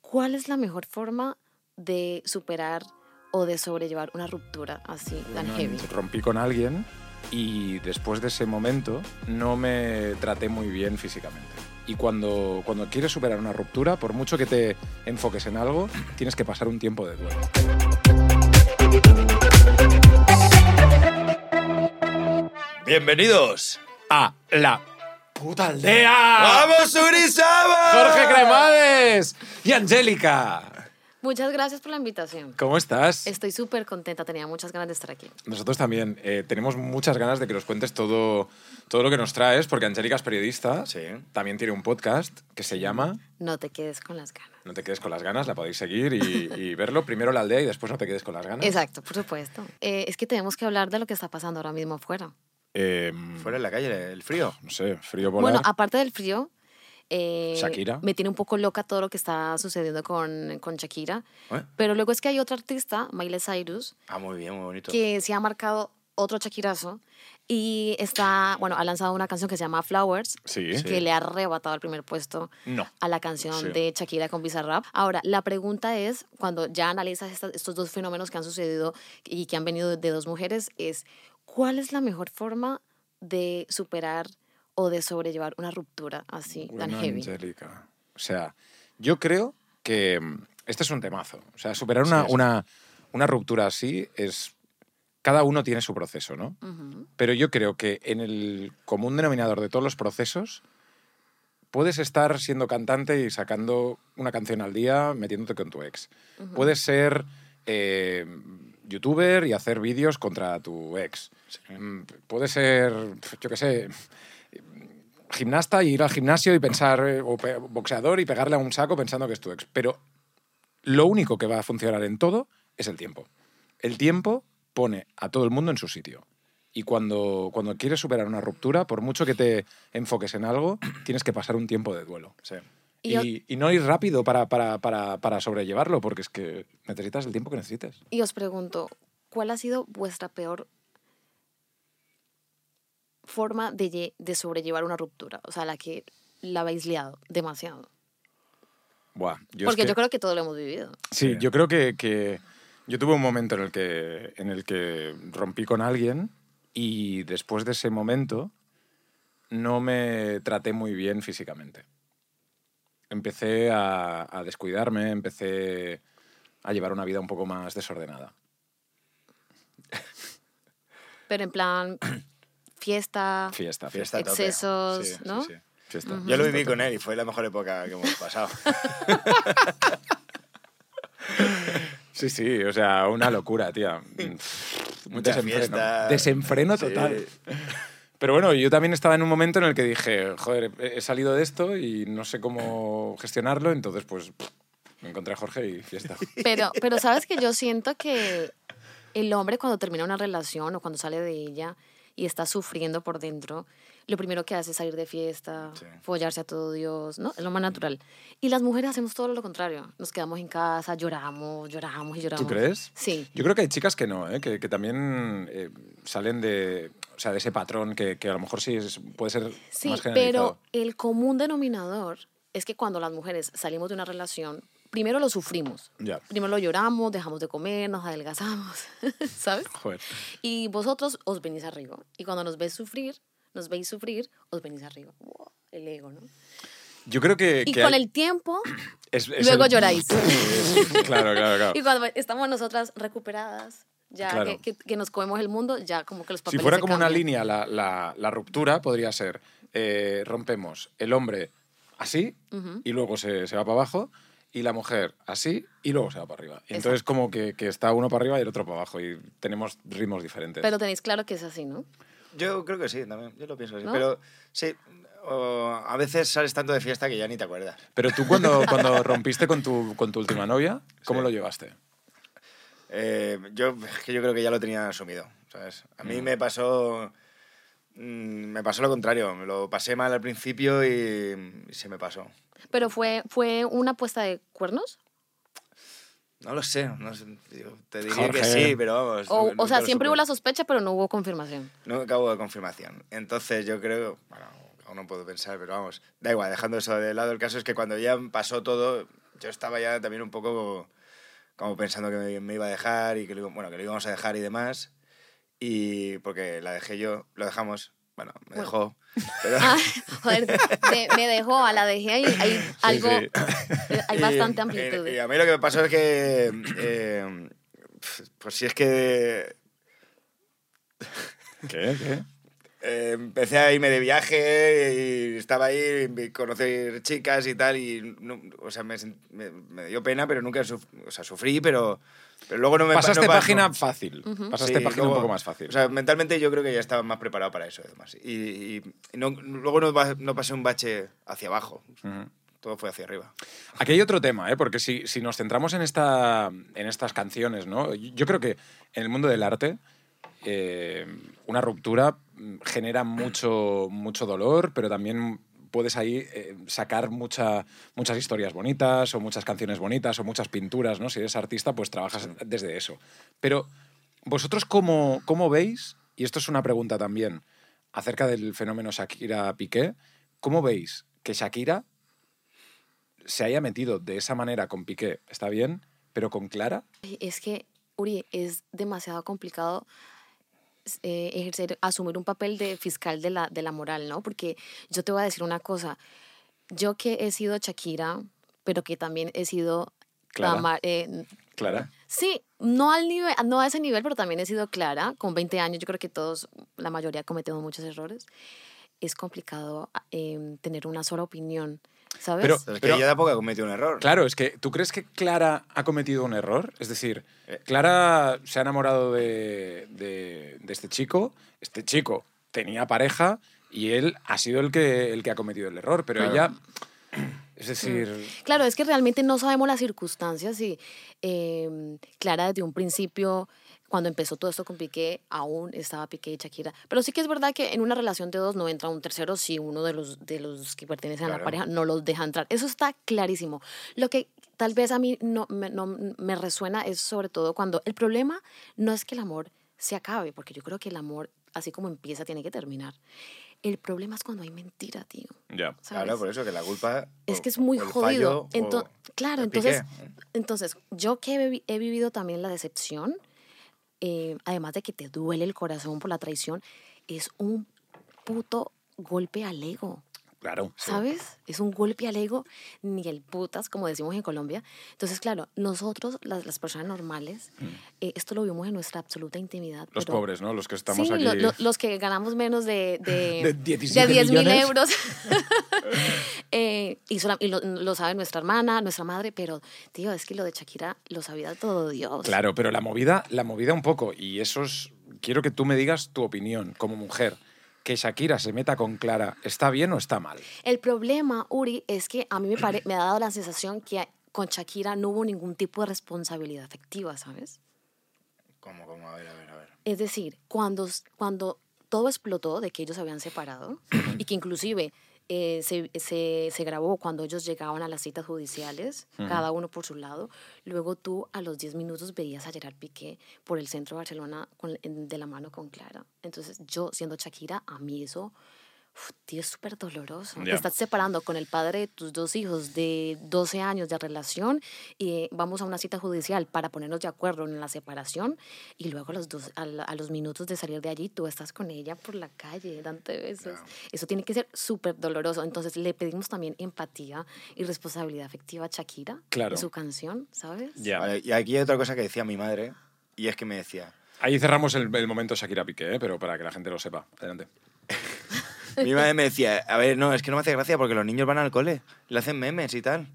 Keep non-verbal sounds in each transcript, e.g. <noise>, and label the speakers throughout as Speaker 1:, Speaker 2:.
Speaker 1: ¿Cuál es la mejor forma de superar o de sobrellevar una ruptura así tan
Speaker 2: Bueno,
Speaker 1: heavy?
Speaker 2: Rompí con alguien y después de ese momento no me traté muy bien físicamente. Y cuando, cuando quieres superar una ruptura, por mucho que te enfoques en algo, tienes que pasar un tiempo de duelo.
Speaker 3: Bienvenidos.
Speaker 2: A la puta aldea.
Speaker 3: ¡Vamos, Urizaba!
Speaker 2: Ah. Jorge Cremades y Angélica.
Speaker 1: Muchas gracias por la invitación.
Speaker 2: ¿Cómo estás?
Speaker 1: Estoy súper contenta, tenía muchas ganas de estar aquí.
Speaker 2: Nosotros también eh, tenemos muchas ganas de que nos cuentes todo, todo lo que nos traes, porque Angélica es periodista.
Speaker 3: Sí.
Speaker 2: También tiene un podcast que se llama
Speaker 1: No te quedes con las ganas.
Speaker 2: No te quedes con las ganas, la podéis seguir y, y verlo. Primero la aldea y después no te quedes con las ganas.
Speaker 1: Exacto, por supuesto. Eh, es que tenemos que hablar de lo que está pasando ahora mismo afuera.
Speaker 2: Em,
Speaker 3: Fuera en la calle, el frío.
Speaker 2: No sé, frío polar.
Speaker 1: Bueno, aparte del frío, eh,
Speaker 2: Shakira.
Speaker 1: me tiene un poco loca todo lo que está sucediendo con, con Shakira.
Speaker 3: ¿Eh?
Speaker 1: Pero luego es que hay otra artista, Miley Cyrus,
Speaker 3: Ah, muy bien, muy bonito.
Speaker 1: que se ha marcado otro Shakirazo y está, bueno, ha lanzado una canción que se llama Flowers,
Speaker 2: Sí.
Speaker 1: que le ha arrebatado el primer puesto
Speaker 2: No.
Speaker 1: a la canción
Speaker 2: Sí.
Speaker 1: de Shakira con Bizarrap. Ahora, la pregunta es, cuando ya analizas esta- estos dos fenómenos que han sucedido y que han venido de dos mujeres, es ¿cuál es la mejor forma de superar o de sobrellevar una ruptura así tan
Speaker 2: Bueno,
Speaker 1: heavy?
Speaker 2: Angélica. O sea, yo creo que mm, este es un temazo. O sea, superar una,
Speaker 3: Sí, es.
Speaker 2: una, una ruptura así es... Cada uno tiene su proceso, ¿no?
Speaker 1: Ujú.
Speaker 2: Pero yo creo que en el común denominador de todos los procesos, puedes estar siendo cantante y sacando una canción al día metiéndote con tu ex. Puedes ser eh, youtuber y hacer vídeos contra tu ex. Mm, Puedes ser, yo qué sé, gimnasta y ir al gimnasio y pensar, eh, o pe- boxeador y pegarle a un saco pensando que es tu ex. Pero lo único que va a funcionar en todo es el tiempo. El tiempo pone a todo el mundo en su sitio. Y cuando, cuando quieres superar una ruptura, por mucho que te enfoques en algo, tienes que pasar un tiempo de duelo.
Speaker 3: Sí.
Speaker 1: Y yo-
Speaker 2: Y, y no ir rápido para, para, para, para sobrellevarlo, porque es que necesitas el tiempo que necesites.
Speaker 1: Y os pregunto, ¿cuál ha sido vuestra peor forma de, lle- de sobrellevar una ruptura? O sea, la que la habéis liado demasiado.
Speaker 2: Buah, yo es
Speaker 1: Porque
Speaker 2: que-
Speaker 1: yo creo que todo lo hemos vivido.
Speaker 2: Sí,
Speaker 3: Sí.
Speaker 2: yo creo que, que yo tuve un momento en el que en el que rompí con alguien y después de ese momento no me traté muy bien físicamente. Empecé a, a descuidarme, empecé a llevar una vida un poco más desordenada.
Speaker 1: Pero en plan, <clears throat> fiesta.
Speaker 2: Fiesta, fiesta.
Speaker 3: Fiesta a tope.
Speaker 1: Excesos,
Speaker 3: Sí, sí,
Speaker 1: ¿no?
Speaker 3: sí.
Speaker 2: fiesta.
Speaker 3: Yo lo viví con él y fue la mejor época que hemos
Speaker 2: <laughs>
Speaker 3: pasado.
Speaker 2: Sí, sí, o sea, una locura,
Speaker 3: <laughs>
Speaker 2: tía. Mm,
Speaker 3: Mucha fiesta.
Speaker 2: Desenfreno total. Pero bueno, yo también estaba en un momento en el que dije, joder, he he salido de esto y no sé cómo gestionarlo, entonces pues pff, me encontré a Jorge y fiesta.
Speaker 1: Pero,
Speaker 2: <laughs>
Speaker 1: pero sabes que yo siento que el hombre cuando termina una relación o cuando sale de ella y está sufriendo por dentro, lo primero que hace es salir de fiesta,
Speaker 3: Sí.
Speaker 1: follarse a todo Dios, ¿no? Es lo más
Speaker 2: Mm.
Speaker 1: natural. Y las mujeres hacemos todo lo contrario. Nos quedamos en casa, lloramos, lloramos y lloramos.
Speaker 2: ¿Tú crees?
Speaker 1: Sí.
Speaker 2: Yo creo que hay chicas que no, ¿eh? que, que también eh, salen de, o sea, de ese patrón que, que a lo mejor sí es- puede ser
Speaker 1: Sí,
Speaker 2: más generalizado.
Speaker 1: pero el común denominador es que cuando las mujeres salimos de una relación, primero lo sufrimos.
Speaker 2: Ya.
Speaker 1: Primero lo lloramos, dejamos de comer, nos adelgazamos, <laughs> ¿sabes?
Speaker 2: Joder.
Speaker 1: Y vosotros os venís arriba. Y cuando nos ves sufrir, nos veis sufrir, os venís arriba. Wow, el ego, ¿no?
Speaker 2: Yo creo que...
Speaker 1: Y
Speaker 2: que
Speaker 1: con
Speaker 2: hay-
Speaker 1: el tiempo,
Speaker 2: es- es
Speaker 1: luego
Speaker 2: el-
Speaker 1: lloráis.
Speaker 2: <laughs> Es- claro, claro, claro.
Speaker 1: y cuando estamos nosotras recuperadas, ya
Speaker 2: Claro.
Speaker 1: que, que- que nos comemos el mundo, ya como que los
Speaker 2: Si
Speaker 1: papeles
Speaker 2: fuera
Speaker 1: se
Speaker 2: como una
Speaker 1: cambian.
Speaker 2: línea la, la- la ruptura, podría ser, eh, rompemos el hombre así y luego se, se va para abajo y la mujer así y luego se va para arriba. Y Entonces como que, que está uno para arriba y el otro para abajo y tenemos ritmos diferentes.
Speaker 1: Pero tenéis claro que es así, ¿no?
Speaker 3: Yo creo que sí, también. Yo lo pienso así.
Speaker 1: ¿No?
Speaker 3: Pero sí, o a veces sales tanto de fiesta que ya ni te acuerdas.
Speaker 2: Pero tú cuando, cuando rompiste con tu, con tu última novia, ¿cómo
Speaker 3: Sí.
Speaker 2: lo llevaste?
Speaker 3: Eh, yo, es que yo creo que ya lo tenía asumido, ¿sabes? A mí me pasó... mm, Me pasó lo contrario, me lo pasé mal al principio y, y se me pasó.
Speaker 1: Pero fue, fue una apuesta de cuernos.
Speaker 3: No lo sé, no sé, digo, te diría
Speaker 2: Jorge.
Speaker 3: que sí, pero vamos.
Speaker 1: O,
Speaker 3: nu- nunca
Speaker 1: o sea,
Speaker 3: lo
Speaker 1: siempre
Speaker 3: supe.
Speaker 1: hubo la sospecha, pero no hubo
Speaker 2: <laughs>
Speaker 1: confirmación.
Speaker 3: No acabo de confirmación. Entonces yo creo, bueno, aún no puedo pensar, pero vamos, da igual, dejando eso de lado, el caso es que cuando ya pasó todo, yo estaba ya también un poco como pensando que me, me iba a dejar y que lo, bueno, que lo íbamos a dejar y demás. Y porque la dejé yo, lo dejamos. Bueno, me dejó. Pero,
Speaker 1: Ah, joder, me, me dejó, a la dejé ahí. Hay algo,
Speaker 2: sí. Eh,
Speaker 1: hay
Speaker 3: y-
Speaker 1: bastante
Speaker 2: <laughs>
Speaker 3: Y, y
Speaker 1: amplitud.
Speaker 3: Eh, a mí lo que me pasó es que. eh, pues si es que
Speaker 2: ¿Qué? ¿Qué?
Speaker 3: Eh, empecé a irme de viaje y estaba ahí, y conocer chicas y tal, y no- o sea, me, sent- me- me dio pena, pero nunca suf- o sea, sufrí, pero, pero luego no me
Speaker 2: Pasaste
Speaker 3: no pa-
Speaker 2: página
Speaker 3: no.
Speaker 2: fácil. Pasaste
Speaker 3: Sí,
Speaker 2: página un
Speaker 3: luego-
Speaker 2: poco más fácil.
Speaker 3: O sea, mentalmente yo creo que ya estaba más preparado para eso, además. Y, y- y no- luego no, pa- no pasé un bache hacia abajo,
Speaker 2: Ujú.
Speaker 3: todo fue hacia arriba.
Speaker 2: Aquí hay otro tema, ¿eh? porque si, si nos centramos en, esta, en estas canciones, ¿no? yo creo que en el mundo del arte eh, una ruptura mm, genera mucho, mucho dolor, pero también puedes ahí eh, sacar mucha, muchas historias bonitas o muchas canciones bonitas o muchas pinturas, ¿no? Si eres artista, pues trabajas desde eso. Pero vosotros, ¿cómo, cómo veis? Y esto es una pregunta también acerca del fenómeno Shakira-Piqué. ¿Cómo veis que Shakira se haya metido de esa manera con Piqué, está bien, pero con Clara,
Speaker 1: Ay, Es que, Uri, es demasiado complicado s- eh, ejercer, asumir un papel de fiscal de la, de la moral, ¿no? Porque yo te voy a decir una cosa. Yo que he sido Shakira, pero que también he sido...
Speaker 2: Clara.
Speaker 1: Tamar- eh,
Speaker 2: Clara.
Speaker 1: Sí, no, al nivel, no a ese nivel, pero también he sido clara. Con 20 años yo creo que todos, la mayoría cometemos muchos errores. Es complicado eh, tener una sola opinión, ¿sabes?
Speaker 2: Pero-
Speaker 3: Pero es que ella tampoco cometió un error.
Speaker 2: Claro, es que tú crees que Clara ha cometido un error, es decir, Clara se ha enamorado de, de- de este chico, este chico tenía pareja y él ha sido el que, el que ha cometido el error, pero
Speaker 3: Claro.
Speaker 2: ella, es decir,
Speaker 1: Claro, es que realmente no sabemos las circunstancias y eh, Clara desde un principio, cuando empezó todo esto con Piqué, aún estaba Piqué y Shakira. Pero sí que es verdad que en una relación de dos no entra un tercero si uno de los, de los que pertenecen a la
Speaker 3: Claro.
Speaker 1: pareja no los deja entrar. Eso está clarísimo. Lo que tal vez a mí no me, no me resuena es sobre todo cuando el problema no es que el amor se acabe, porque yo creo que el amor, así como empieza, tiene que terminar. El problema es cuando hay mentira, tío.
Speaker 2: ya.
Speaker 1: ¿sabes?
Speaker 3: Claro, por eso que la culpa.
Speaker 1: Es
Speaker 3: o-
Speaker 1: que es muy
Speaker 3: o el
Speaker 1: jodido.
Speaker 3: fallo,
Speaker 1: Ento-
Speaker 3: o
Speaker 1: claro,
Speaker 3: el
Speaker 1: entonces,
Speaker 3: piqué.
Speaker 1: entonces, yo que he, vi- he vivido también la decepción, eh, además de que te duele el corazón por la traición, es un puto golpe al ego.
Speaker 2: claro. sí.
Speaker 1: ¿Sabes? Es un golpe al ego, ni el putas, como decimos en Colombia. Entonces, claro, nosotros, las, las personas normales,
Speaker 3: Mm.
Speaker 1: eh, esto lo vimos en nuestra absoluta intimidad.
Speaker 2: Los
Speaker 1: pero-
Speaker 2: pobres, ¿no? Los que estamos
Speaker 1: sí,
Speaker 2: aquí.
Speaker 1: lo- lo- los que ganamos menos
Speaker 2: <laughs>
Speaker 1: de, de,
Speaker 2: De 17
Speaker 1: mil
Speaker 2: millones. <laughs>
Speaker 1: euros. <laughs> Eh, y sola- y lo, lo sabe nuestra hermana, nuestra madre, pero, tío, es que lo de Shakira lo sabía todo Dios.
Speaker 2: Claro, pero la movida, la movida un poco, y eso es, quiero que tú me digas tu opinión como mujer. Que Shakira se meta con Clara, ¿está bien o está mal?
Speaker 1: El problema, Uri, es que a mí me, pare- me ha dado la sensación que con Shakira no hubo ningún tipo de responsabilidad afectiva, ¿sabes?
Speaker 3: ¿Cómo, cómo? A ver, a ver, a ver.
Speaker 1: Es decir, cuando, cuando todo explotó de que ellos se habían separado y que inclusive eh, se, se- se grabó cuando ellos llegaban a las citas judiciales, cada uno por su lado, luego tú a los 10 minutos veías a Gerard Piqué por el centro de Barcelona con- en- de la mano con Clara. Entonces yo siendo Shakira, a mí eso... uf, Tío, es súper doloroso. Te
Speaker 2: Ya.
Speaker 1: estás separando con el padre de tus dos hijos de 12 años de relación y eh, vamos a una cita judicial para ponernos de acuerdo en la separación y luego a los, dos, a, la- a los minutos de salir de allí tú estás con ella por la calle dándote besos. Eso tiene que ser súper doloroso. Entonces le pedimos también empatía y responsabilidad afectiva a Shakira
Speaker 2: Claro.
Speaker 1: en su canción, ¿sabes?
Speaker 3: Vale, y aquí hay otra cosa que decía mi madre, y es que me decía,
Speaker 2: Ahí cerramos el, el momento Shakira Piqué, ¿eh? pero para que la gente lo sepa. Adelante.
Speaker 3: mi madre me decía, a ver, no, es que no me hace gracia porque los niños van al cole, le hacen memes y tal.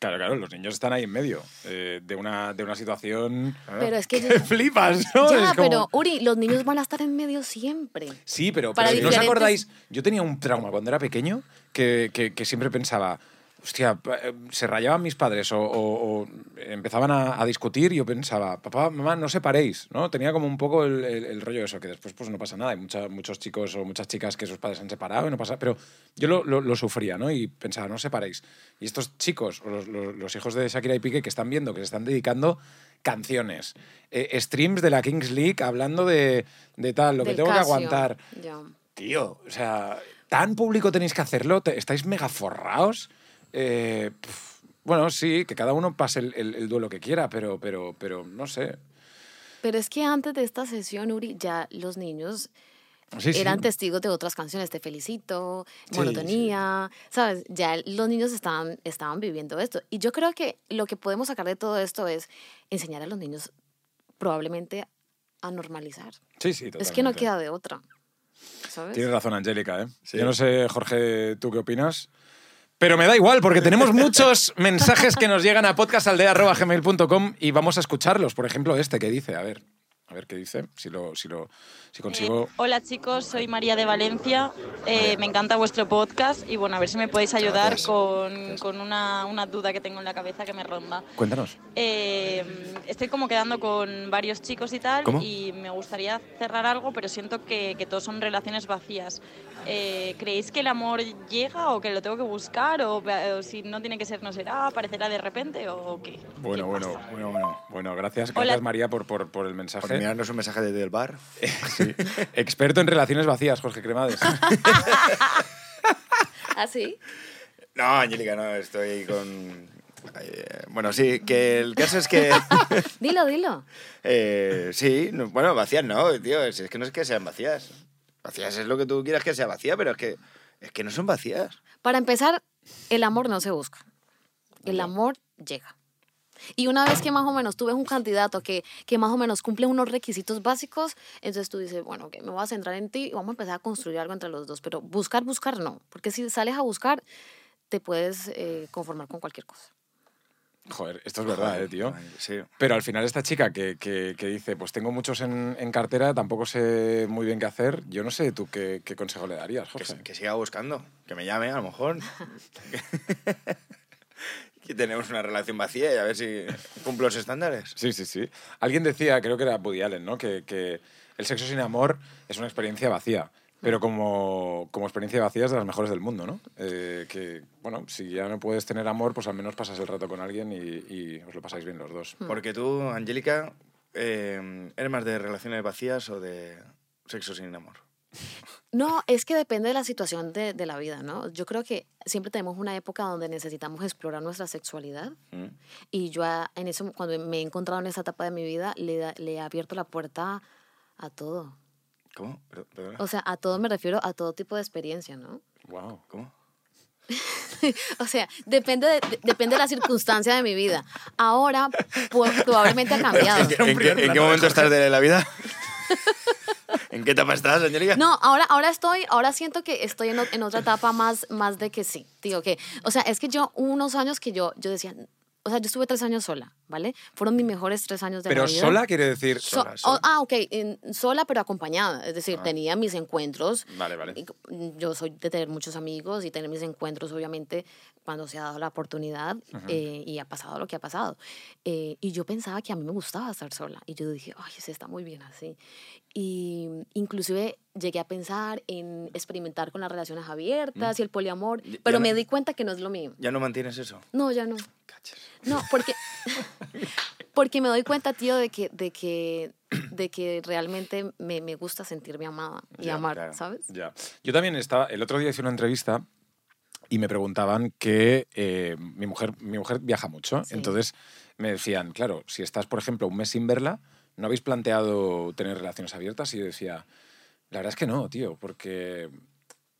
Speaker 2: Claro, claro, los niños están ahí en medio eh, de, una, de una situación.
Speaker 1: Pero es que...
Speaker 2: que <laughs> flipas, Ah. ¿no?
Speaker 1: ya,
Speaker 2: Es como-
Speaker 1: pero Uri, los niños van a estar en medio siempre.
Speaker 2: Sí, pero,
Speaker 1: Para
Speaker 2: pero ¿no os
Speaker 1: diferentes-
Speaker 2: acordáis? Yo tenía un trauma cuando era pequeño que, que- que siempre pensaba, hostia, pa- eh, se rayaban mis padres o, o- o empezaban a, a discutir y yo pensaba, papá, mamá, no separéis, ¿no? Tenía como un poco el, el- el rollo de eso, que después pues no pasa nada. Hay mucha- muchos chicos o muchas chicas que sus padres se han separado y no pasa... Pero yo lo, lo- lo sufría, ¿no? Y pensaba, no separéis. Y estos chicos, o los, los- los hijos de Shakira y Piqué que están viendo, que se están dedicando canciones, eh, streams de la Kings League hablando de, de tal, lo que
Speaker 1: Del
Speaker 2: tengo que
Speaker 1: Casio.
Speaker 2: aguantar.
Speaker 1: Ya.
Speaker 2: Tío, o sea, tan público tenéis que hacerlo, te- estáis mega forrados. Eh, pf, Bueno, sí, que cada uno pase el, el- el duelo que quiera, pero, pero, pero no sé.
Speaker 1: Pero es que antes de esta sesión, Uri, ya los niños
Speaker 2: Sí, sí.
Speaker 1: eran testigos de otras canciones, Te felicito,
Speaker 2: Sí,
Speaker 1: Monotonía, ¿sabes? Ya los niños estaban, estaban viviendo esto. Y yo creo que lo que podemos sacar de todo esto es enseñar a los niños probablemente a normalizar.
Speaker 2: Sí, sí,
Speaker 1: Es que no
Speaker 2: totalmente.
Speaker 1: queda de otra, ¿sabes?
Speaker 2: Tienes razón, Angélica, ¿eh?
Speaker 3: Sí.
Speaker 2: Yo no sé, Jorge, ¿tú qué opinas? Pero me da igual, porque tenemos muchos mensajes que nos llegan a podcastaldea.gmail.com y vamos a escucharlos. Por ejemplo, este que dice, a ver, a ver qué dice, si lo, si lo, si consigo...
Speaker 4: Eh, hola chicos, soy María de Valencia. Eh, me encanta vuestro podcast y bueno, a ver si me podéis ayudar
Speaker 2: Gracias.
Speaker 4: con, con una, una duda que tengo en la cabeza que me ronda.
Speaker 2: Cuéntanos.
Speaker 4: Eh, estoy como quedando con varios chicos y tal
Speaker 2: ¿Cómo?
Speaker 4: y me gustaría cerrar algo, pero siento que, que todos son relaciones vacías. Eh, ¿Creéis que el amor llega o que lo tengo que buscar o, o si no tiene que ser, no será, aparecerá de repente o qué? ¿Qué
Speaker 2: Bueno, bueno,
Speaker 4: pasa?
Speaker 2: bueno, bueno. Bueno, gracias,
Speaker 4: Hola.
Speaker 2: gracias María por, por, por el
Speaker 3: Por
Speaker 2: mensaje.
Speaker 3: mirarnos un mensaje desde el bar.
Speaker 2: Sí. <laughs> Experto en relaciones vacías, Jorge Cremades. <laughs>
Speaker 1: ¿Así?
Speaker 3: No, Angélica, no, estoy con... eh, Bueno, sí, que el caso
Speaker 2: <laughs>
Speaker 3: es que...
Speaker 1: Dilo, dilo.
Speaker 3: Eh, sí, no- bueno, vacías no, tío. si Es que no es que sean vacías. Vacías es lo que tú quieras que sea vacía, pero es que, es que no son vacías.
Speaker 1: Para empezar, el amor no se busca. El amor llega. Y una vez que más o menos tú ves un candidato que, que más o menos cumple unos requisitos básicos, entonces tú dices, bueno, que me voy a centrar en ti y vamos a empezar a construir algo entre los dos. Pero buscar, buscar no. Porque si sales a buscar, te puedes eh, conformar con cualquier cosa.
Speaker 2: Joder, esto es verdad, eh, tío.
Speaker 3: Ay, Sí.
Speaker 2: Pero al final esta chica que, que- que dice, pues tengo muchos en, en cartera, tampoco sé muy bien qué hacer, yo no sé tú qué, qué consejo le darías,
Speaker 3: Que,
Speaker 2: Jorge.
Speaker 3: que siga buscando, que me llame a lo mejor. <laughs> que tenemos una relación vacía y a ver si cumplo los estándares.
Speaker 2: Sí, sí, sí. Alguien decía, creo que era Woody Allen, ¿no? Que, que el sexo sin amor es una experiencia vacía. Pero como, como experiencia vacía es de las mejores del mundo, ¿no? Eh, que, bueno, si ya no puedes tener amor, pues al menos pasas el rato con alguien y, y os lo pasáis bien los dos.
Speaker 3: Porque tú, Angélica, eh, ¿eres más de relaciones vacías o de sexo sin amor?
Speaker 1: No, es que depende de la situación de, de la vida, ¿no? Yo creo que siempre tenemos una época donde necesitamos explorar nuestra sexualidad.
Speaker 3: ¿Mm?
Speaker 1: Y yo a- en eso, cuando me he encontrado en esa etapa de mi vida, le, da- le he abierto la puerta a todo.
Speaker 3: ¿Cómo? Perdón, perdona.
Speaker 1: O sea, a todo me refiero a todo tipo de experiencia, ¿no? <laughs>
Speaker 2: Wow.
Speaker 3: ¿Cómo?
Speaker 1: O sea, depende de, de- depende de la circunstancia de mi vida. Ahora, pues, probablemente
Speaker 2: <laughs>
Speaker 1: ha cambiado.
Speaker 2: Era un
Speaker 3: ¿En qué,
Speaker 2: primer
Speaker 3: en qué
Speaker 2: plano de
Speaker 3: momento
Speaker 2: Jorge.
Speaker 3: estás de
Speaker 2: <laughs>
Speaker 3: la vida? ¿En qué etapa estás, Angélica?
Speaker 1: No, ahora, ahora estoy, ahora siento que estoy en, o- en otra etapa más, más de que sí, tío, que, o sea, es que yo, hubo unos años que yo, yo decía, o sea, yo estuve tres años sola, ¿vale? Fueron mis mejores tres años de
Speaker 2: Pero
Speaker 1: la vida.
Speaker 2: sola quiere decir...
Speaker 1: So-
Speaker 3: Sola, sola.
Speaker 1: oh, ah, ok, en- sola pero acompañada. Es decir, tenía mis encuentros.
Speaker 2: Vale, Mm, vale.
Speaker 1: Y c- Yo soy de tener muchos amigos y tener mis encuentros, obviamente, cuando se ha dado la oportunidad eh, y ha pasado lo que ha pasado. Eh, y yo pensaba que a mí me gustaba estar sola. Y yo dije, ay, se está muy bien así. Y mm, inclusive llegué a pensar en experimentar con las relaciones abiertas y el poliamor,
Speaker 3: Ya-
Speaker 1: pero
Speaker 3: ya
Speaker 1: me
Speaker 3: no-
Speaker 1: di cuenta que no es lo mío.
Speaker 3: ¿Ya no mantienes eso?
Speaker 1: No, ya no.
Speaker 3: Cachas.
Speaker 1: No, porque, <laughs> porque me doy cuenta, tío, de que, de que, de que realmente me, me gusta sentirme amada y
Speaker 2: Ya,
Speaker 1: amar,
Speaker 2: claro,
Speaker 1: ¿sabes?
Speaker 2: Ya. Yo también estaba, el otro día hice una entrevista y me preguntaban que eh, mi, mujer, mi mujer viaja mucho,
Speaker 1: Sí.
Speaker 2: entonces me decían, claro, si estás, por ejemplo, un mes sin verla, ¿no habéis planteado tener relaciones abiertas? Y yo decía, la verdad es que no, tío, porque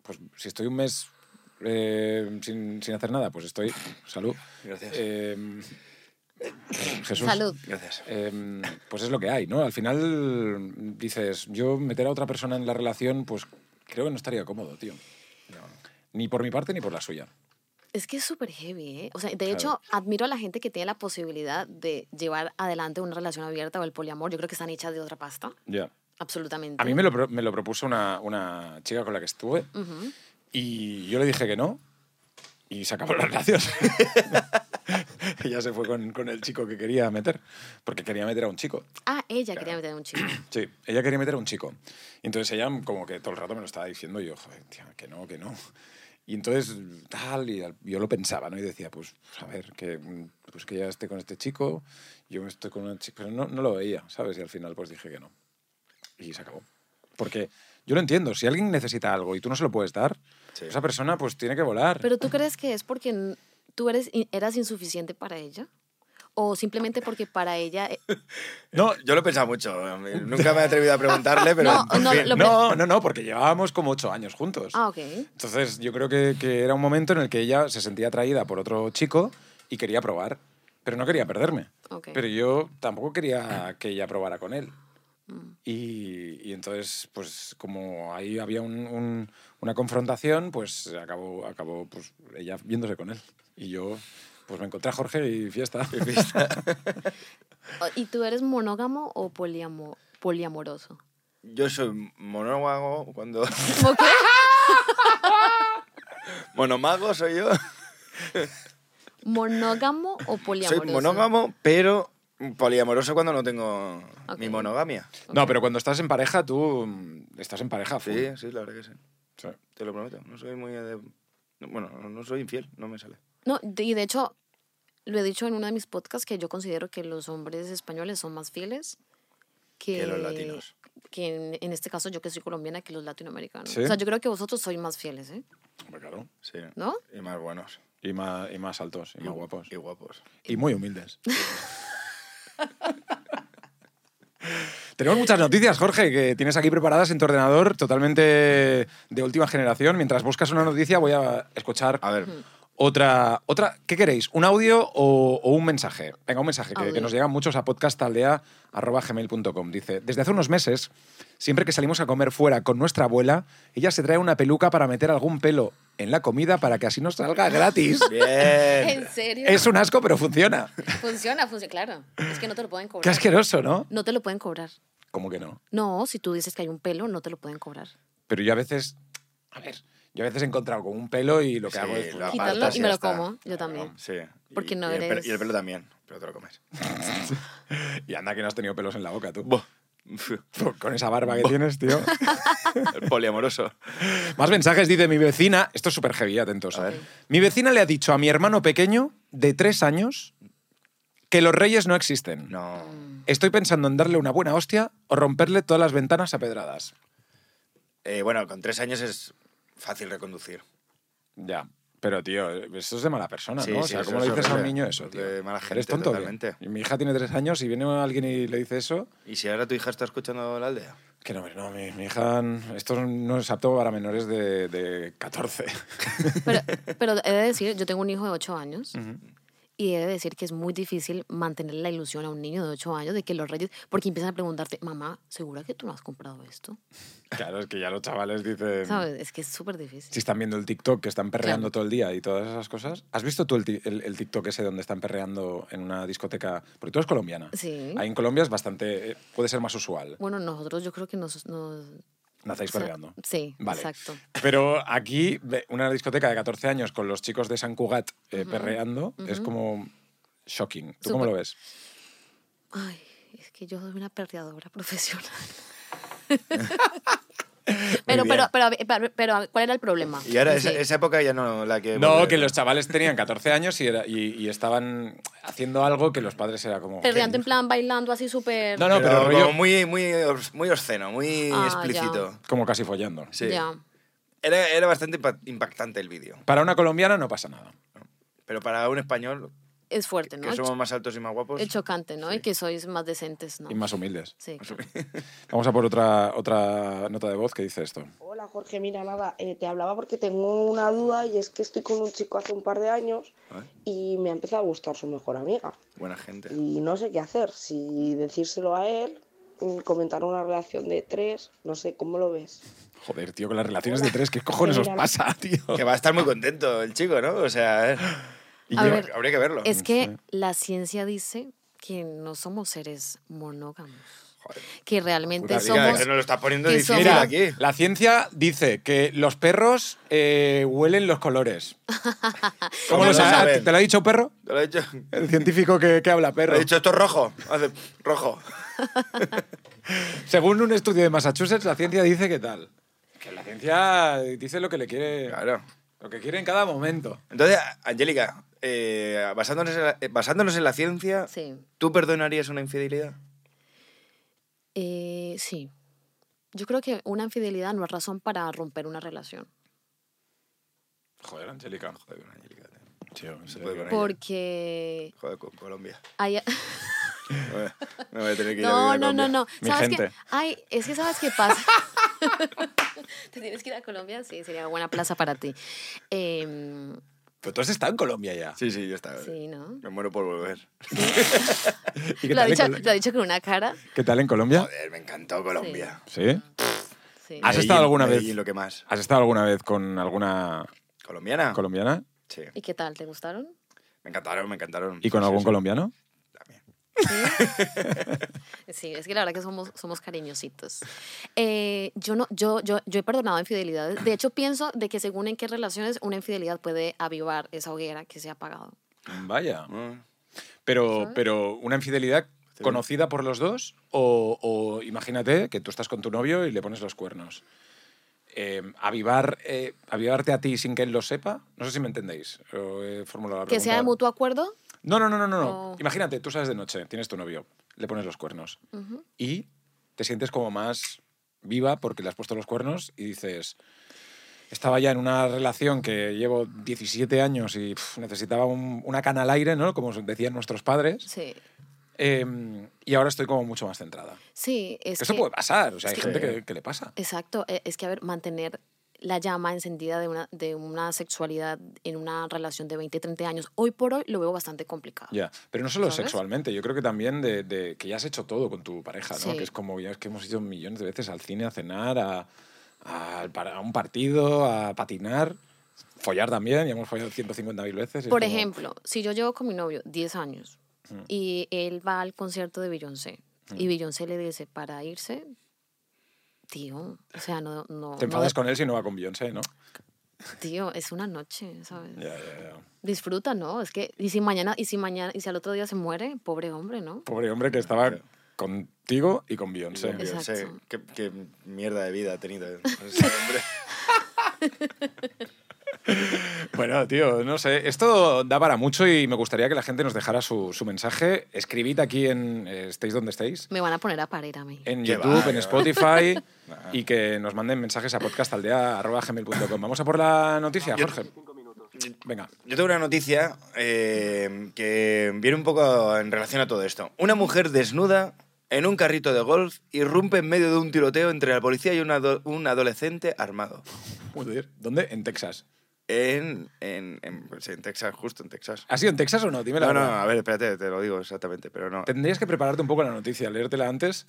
Speaker 2: pues, si estoy un mes eh, sin, sin hacer nada, pues estoy... Salud.
Speaker 3: Gracias.
Speaker 2: Eh, Jesús.
Speaker 1: Salud.
Speaker 3: Gracias.
Speaker 2: Em, pues es lo que hay, ¿no? Al final dices, yo meter a otra persona en la relación, pues creo que no estaría cómodo, tío. Ni por mi parte ni por la suya.
Speaker 1: Es que es súper heavy, ¿eh? O sea, de
Speaker 2: Claro.
Speaker 1: hecho, admiro a la gente que tiene la posibilidad de llevar adelante una relación abierta o el poliamor. Yo creo que están hechas de otra pasta,
Speaker 2: Ya.
Speaker 1: absolutamente.
Speaker 2: A mí me lo, pro- me lo propuso una, una chica con la que estuve
Speaker 1: Ujú.
Speaker 2: y yo le dije que no y se acabó la relación. <laughs> Ella se fue con, con el chico que quería meter, porque quería meter a un chico.
Speaker 1: Ah, ella quería meter un chico.
Speaker 2: Sí, ella quería meter a un chico. Y entonces ella como que todo el rato me lo estaba diciendo y yo, joder, tía, que no, que no. Y entonces tal, y al- yo lo pensaba, ¿no? Y decía, pues a ver, que, mm, pues que ya esté con este chico, yo me estoy con una chica, pero no, no lo veía, ¿sabes? Y al final pues dije que no. Y se acabó. Porque yo lo entiendo, si alguien necesita algo y tú no se lo puedes dar,
Speaker 3: Sí.
Speaker 2: esa persona pues tiene que volar.
Speaker 1: Pero tú crees que es porque n- tú eres, in- eras insuficiente para ella? ¿O simplemente porque para ella... eh,
Speaker 3: No, yo lo he pensado mucho. Nunca me he atrevido a preguntarle, pero.
Speaker 1: No,
Speaker 3: en
Speaker 1: no,
Speaker 3: fin.
Speaker 1: lo-
Speaker 2: No, no, no, porque llevábamos como ocho años juntos.
Speaker 1: ah, ok.
Speaker 2: Entonces yo creo que, que era un momento en el que ella se sentía atraída por otro chico y quería probar, pero no quería perderme.
Speaker 1: Ok.
Speaker 2: Pero yo tampoco quería que ella probara con él. Y, y entonces, pues como ahí había un- un- una confrontación, pues acabó, acabó pues, ella viéndose con él. Y yo, pues me encontré a Jorge y fiesta.
Speaker 1: O- ¿Y tú eres monógamo o poliamo- poliamoroso?
Speaker 3: Yo soy monómago cuando. <laughs> Monomago soy yo.
Speaker 1: ¿Monógamo o
Speaker 3: Soy
Speaker 1: poliamoroso?
Speaker 3: monógamo, pero poliamoroso cuando no tengo
Speaker 1: Ok.
Speaker 3: mi monogamia.
Speaker 2: No, pero cuando estás en pareja, tú mm, estás en pareja. full.
Speaker 3: Sí, sí, la verdad que sí.
Speaker 2: Sí.
Speaker 3: Te lo prometo. No soy muy de. no, Bueno, no- no soy infiel, no me sale.
Speaker 1: No, de- y de hecho, lo he dicho en uno de mis podcasts que yo considero que los hombres españoles son más fieles que,
Speaker 3: Que los latinos.
Speaker 1: Que en, en este caso yo que soy colombiana que los latinoamericanos.
Speaker 2: ¿Sí?
Speaker 1: O sea, yo creo que vosotros sois más fieles, ¿eh?
Speaker 2: Hombre, claro.
Speaker 3: Sí.
Speaker 1: ¿No?
Speaker 3: Y más buenos.
Speaker 2: Y más, y más altos, y más guapos.
Speaker 3: Mm. Y guapos.
Speaker 2: Y muy humildes. Tenemos muchas noticias, Jorge, que tienes aquí preparadas en tu ordenador, totalmente de última generación. Mientras buscas una noticia, voy a escuchar
Speaker 3: A
Speaker 1: Mm.
Speaker 3: ver.
Speaker 2: otra. otra ¿Qué queréis? ¿Un audio o, o un mensaje? Venga, un mensaje que,
Speaker 1: Audio.
Speaker 2: que nos llegan muchos a podcastaldea.gmail.com. Dice, desde hace unos meses, siempre que salimos a comer fuera con nuestra abuela, ella se trae una peluca para meter algún pelo en la comida para que así nos salga gratis.
Speaker 1: <laughs>
Speaker 3: <laughs> Bien.
Speaker 1: ¿En serio?
Speaker 2: es un asco, pero funciona.
Speaker 1: Funciona, funciona, claro. Es que no te lo pueden cobrar.
Speaker 2: Qué asqueroso, ¿no?
Speaker 1: No te lo pueden cobrar.
Speaker 2: ¿Cómo que no?
Speaker 1: No, si tú dices que hay un pelo, no te lo pueden cobrar.
Speaker 2: Pero yo a veces, a ver, yo a veces he encontrado con un pelo y lo que
Speaker 3: Sí,
Speaker 2: hago es...
Speaker 3: lo- Apartas
Speaker 1: Quitarlo
Speaker 3: y
Speaker 1: y me
Speaker 3: ya
Speaker 1: lo
Speaker 3: está.
Speaker 1: como, yo también.
Speaker 3: Sí.
Speaker 1: Porque
Speaker 3: Y-
Speaker 1: no
Speaker 3: y el pelo-
Speaker 1: eres-
Speaker 3: y el pelo también, pero te lo comes.
Speaker 2: Y anda que no has tenido pelos en la boca, tú.
Speaker 3: <laughs> el
Speaker 2: Con esa barba que tienes, <laughs> tío.
Speaker 3: poliamoroso.
Speaker 2: Más mensajes, dice mi vecina. Esto es súper heavy, atentos.
Speaker 3: A ver.
Speaker 2: Mi vecina le ha dicho a mi hermano pequeño, de tres años, que los reyes no existen.
Speaker 3: No.
Speaker 1: Mm.
Speaker 2: Estoy pensando en darle una buena hostia o romperle todas las ventanas a pedradas.
Speaker 3: Eh, bueno, con tres años es fácil reconducir.
Speaker 2: Ya. Pero, tío, eso es de mala persona,
Speaker 3: Sí,
Speaker 2: ¿no? O
Speaker 3: sí,
Speaker 2: sea,
Speaker 3: eso
Speaker 2: ¿cómo
Speaker 3: es
Speaker 2: le dices a un
Speaker 3: horrible.
Speaker 2: niño eso, tío?
Speaker 3: De mala gente,
Speaker 2: ¿Eres tonto o qué?
Speaker 3: totalmente.
Speaker 2: Y Mi hija tiene tres años y viene alguien y le dice eso...
Speaker 3: ¿Y si ahora tu hija está escuchando la aldea?
Speaker 2: Que no, hombre, no, mi, mi hija, n- esto no es apto para menores de, de 14.
Speaker 1: <laughs> Pero, pero he de decir, yo tengo un hijo de 8 años y he de decir que es muy difícil mantener la ilusión a un niño de 8 años de que los reyes, porque empiezan a preguntarte, mamá, ¿segura que tú no has comprado esto?
Speaker 2: claro, es que ya los chavales dicen...
Speaker 1: ¿Sabes? Es que es súper difícil.
Speaker 2: Si están viendo el TikTok, que están perreando
Speaker 1: Claro.
Speaker 2: todo el día y todas esas cosas. ¿Has visto tú el, ti- el- el TikTok ese donde están perreando en una discoteca? Porque tú eres colombiana.
Speaker 1: Sí.
Speaker 2: Ahí en Colombia es bastante... eh, puede ser más usual.
Speaker 1: Bueno, nosotros yo creo que nos... nos
Speaker 2: Nacéis
Speaker 1: o sea,
Speaker 2: perreando.
Speaker 1: Sí,
Speaker 2: Vale.
Speaker 1: exacto.
Speaker 2: Pero aquí, ve- una discoteca de 14 años con los chicos de San Cugat eh, perreando es como shocking. ¿Tú cómo
Speaker 1: Súper.
Speaker 2: lo ves?
Speaker 1: Ay, es que yo soy una perreadora <laughs>
Speaker 3: <laughs>
Speaker 1: profesional. pero,
Speaker 2: bien.
Speaker 1: pero, pero, pero, pero, ¿cuál era el problema?
Speaker 3: Y ahora esa,
Speaker 1: Sí.
Speaker 3: esa época ya no la que...
Speaker 2: No, que los chavales tenían 14 años y, era- y- y estaban haciendo algo que los padres era como...
Speaker 1: Perreando en plan, bailando así súper...
Speaker 2: No, no,
Speaker 3: Pero,
Speaker 2: pero, rollo-
Speaker 3: como muy, muy, obs- muy obsceno, muy
Speaker 1: Ah,
Speaker 3: explícito.
Speaker 2: como casi follando.
Speaker 3: Sí.
Speaker 1: Ya.
Speaker 3: Era, era bastante impa- impactante el vídeo.
Speaker 2: Para una colombiana no pasa nada.
Speaker 3: Pero para un español,
Speaker 1: Es fuerte, ¿no?
Speaker 3: que somos más altos y más guapos...
Speaker 1: Es chocante, ¿no? Y que sois más decentes, ¿no?
Speaker 2: Y más humildes.
Speaker 1: Sí.
Speaker 2: Vamos a por otra, otra nota de voz que dice esto.
Speaker 5: Hola Jorge, mira, nada, eh, te hablaba porque tengo una duda y es que estoy con un chico hace un par de años
Speaker 3: Ah,
Speaker 5: y me ha empezado a gustar su mejor amiga
Speaker 3: Buena gente.
Speaker 5: y no sé qué hacer, si decírselo a él, mm, comentar una relación de tres, no sé, ¿cómo lo ves?
Speaker 2: Joder, tío, con las relaciones de tres, ¿qué cojones os
Speaker 5: Mira.
Speaker 2: pasa, tío?
Speaker 3: <laughs> Que va a estar muy contento el chico, ¿no? O sea, a ver,
Speaker 2: Y
Speaker 1: A
Speaker 2: yo-
Speaker 1: ver.
Speaker 3: habría que verlo.
Speaker 1: Es que la ciencia dice que no somos seres monógamos.
Speaker 3: Joder.
Speaker 1: Que realmente
Speaker 2: Puta,
Speaker 3: Diga,
Speaker 1: somos.
Speaker 3: que nos lo estás poniendo
Speaker 1: que
Speaker 3: difícil
Speaker 1: somos-
Speaker 3: aquí.
Speaker 2: la ciencia dice que los perros eh, huelen los colores. ¿Cómo
Speaker 3: lo
Speaker 2: lo sabes?
Speaker 3: saben?
Speaker 2: ¿Te lo ha dicho un perro?
Speaker 3: Te Lo he dicho,
Speaker 2: El científico que, que habla
Speaker 3: te lo
Speaker 2: perro.
Speaker 3: he dicho, esto es rojo. Hace rojo.
Speaker 2: Según un estudio de Massachusetts, la ciencia dice que tal. Que la ciencia dice lo que le quiere.
Speaker 3: Claro.
Speaker 2: Lo que quiere en cada momento.
Speaker 3: Entonces, Angélica, eh, basándonos, en la, eh, basándonos en la ciencia,
Speaker 1: Sí.
Speaker 3: ¿tú perdonarías una infidelidad?
Speaker 1: Eh, sí. Yo creo que una infidelidad no es razón para romper una relación.
Speaker 2: Joder, Angélica.
Speaker 3: Joder, Angélica.
Speaker 2: Tío, en
Speaker 3: Se
Speaker 2: serio
Speaker 3: puede
Speaker 2: que-
Speaker 3: poner.
Speaker 1: Porque
Speaker 3: Joder, con Colombia.
Speaker 1: hay...
Speaker 3: Me voy a tener que ir a
Speaker 1: No,
Speaker 3: vivir
Speaker 1: no, no,
Speaker 3: a Colombia.
Speaker 1: no.
Speaker 2: Mi
Speaker 1: ¿Sabes qué?
Speaker 2: gente.
Speaker 1: Ay, es que sabes qué pasa. <laughs> ¿Te tienes que ir a Colombia? Sí, sería buena plaza para ti. Em,
Speaker 2: Pero tú has estado en Colombia ya.
Speaker 3: Sí, sí, ya está.
Speaker 1: sí, ¿no?
Speaker 3: Me muero por volver.
Speaker 2: ¿Y qué
Speaker 1: Lo ha,
Speaker 2: tal, en
Speaker 1: dicho,
Speaker 2: Col-
Speaker 1: lo ha dicho con una cara.
Speaker 2: qué tal en Colombia?
Speaker 3: Joder, me encantó Colombia.
Speaker 2: Sí.
Speaker 1: Sí.
Speaker 2: ¿Has estado alguna vez?
Speaker 3: Y lo que más.
Speaker 2: ¿Has estado alguna vez con alguna Ah.
Speaker 3: ¿Colombiana?
Speaker 2: colombiana?
Speaker 3: sí.
Speaker 1: ¿Y qué tal? ¿Te gustaron?
Speaker 3: Me encantaron, me encantaron.
Speaker 2: ¿Y con
Speaker 3: Sí,
Speaker 2: algún
Speaker 3: sí.
Speaker 2: colombiano?
Speaker 1: Sí, es que la verdad que somos, somos cariñositos. Eh, yo, no, yo, yo, yo he perdonado infidelidades. De hecho, pienso de que según en qué relaciones una infidelidad puede avivar esa hoguera que se ha apagado.
Speaker 2: Vaya.
Speaker 3: Ah,
Speaker 2: Pero, pero una infidelidad conocida por los dos o, o imagínate que tú estás con tu novio y le pones los cuernos. Eh, avivar, eh, avivarte a ti sin que él lo sepa, no sé si me entendéis. o he formulado la
Speaker 1: Que sea de Oh.
Speaker 2: pregunta-
Speaker 1: mutuo acuerdo.
Speaker 2: No, no, no, no, no, no.
Speaker 1: O-
Speaker 2: Imagínate, tú sales de noche, tienes tu novio, le pones los cuernos
Speaker 1: Ujú.
Speaker 2: y te sientes como más viva porque le has puesto los cuernos y dices, estaba ya en una relación que llevo 17 años y pf, necesitaba un- una cana al aire, ¿no? Como decían nuestros padres.
Speaker 1: Sí.
Speaker 2: Eh, y ahora estoy como mucho más centrada.
Speaker 1: Sí, es
Speaker 2: Eso
Speaker 1: que-
Speaker 2: puede pasar, o sea, hay
Speaker 3: que-
Speaker 2: gente que, que le pasa.
Speaker 1: Exacto, e- es que, a ver, mantener la llama encendida de una, de una sexualidad en una relación de 20, 30 años, hoy por hoy lo veo bastante complicado.
Speaker 2: Ya, pero no solo
Speaker 1: ¿Sabes?
Speaker 2: sexualmente, yo creo que también de, de que ya has hecho todo con tu pareja, ¿no?
Speaker 1: Sí.
Speaker 2: Que es como ya es que hemos ido millones de veces al cine a cenar, a, a- al par- a un partido, a patinar, follar también, ya hemos follado 150.000 veces. y es
Speaker 1: Por
Speaker 2: como-
Speaker 1: ejemplo, si yo llevo con mi novio 10 años y él va al concierto de Beyoncé y Beyoncé le dice, para irse, tío, o sea, no... no no-
Speaker 2: Te enfadas con él si no va con Beyoncé, ¿no?
Speaker 1: Tío, es una noche, ¿sabes?
Speaker 2: Ya, ya, ya.
Speaker 1: Disfruta, ¿no? Es que, y si mañana, y si mañana, y si al otro día se muere, pobre hombre, ¿no?
Speaker 2: Pobre hombre que estaba contigo y con Beyoncé.
Speaker 3: Dios mío,
Speaker 1: Exacto.
Speaker 3: sé ¿Qué, qué mierda de vida ha tenido ese <laughs> hombre.
Speaker 2: Bueno, tío, no sé. Esto da para mucho y me gustaría que la gente nos dejara su, su mensaje. Escribid aquí en eh, estéis donde estéis.
Speaker 1: Me van a poner a parir a mí.
Speaker 2: en
Speaker 3: Qué
Speaker 2: YouTube,
Speaker 3: va,
Speaker 2: en
Speaker 3: qué <laughs>
Speaker 2: Spotify y que nos manden mensajes a podcastaldea.gmail.com. Vamos a por la noticia, Jorge. Venga.
Speaker 3: Yo tengo una noticia eh, que viene un poco en relación a todo esto. Una mujer desnuda en un carrito de golf irrumpe en medio de un tiroteo entre la policía y un, ado- un adolescente armado.
Speaker 2: Joder, ¿Dónde? En Texas.
Speaker 3: En, en, en- pues en Texas, justo en Texas.
Speaker 2: ¿Has sido en Texas o no? Dime la
Speaker 3: No, no,
Speaker 2: verdad.
Speaker 3: a ver, espérate, te lo digo exactamente, pero no.
Speaker 2: Tendrías que prepararte un poco la noticia, leértela antes,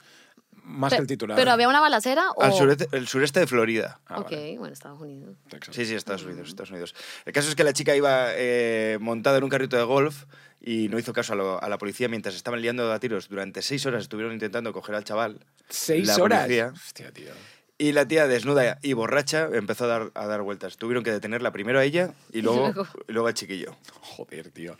Speaker 2: más que
Speaker 1: Pe-
Speaker 2: el titular.
Speaker 1: Pero había una balacera o...
Speaker 3: Al sureste, el sureste de Florida.
Speaker 2: Ah,
Speaker 1: ok,
Speaker 2: vale,
Speaker 1: bueno, Estados Unidos.
Speaker 2: Texas.
Speaker 3: Sí, sí, Estados Unidos, Estados Unidos. El caso es que la chica iba eh, montada en un carrito de golf y no hizo caso a, lo- a la policía mientras estaban liando a tiros. Durante seis horas estuvieron intentando coger al chaval.
Speaker 2: Seis
Speaker 3: La
Speaker 2: horas.
Speaker 3: policía.
Speaker 2: Hostia, tío.
Speaker 3: Y la tía, desnuda y borracha, empezó a dar, a dar vueltas. Tuvieron que detenerla primero a ella y luego,
Speaker 1: luego.
Speaker 3: y luego al chiquillo.
Speaker 2: Joder, tío.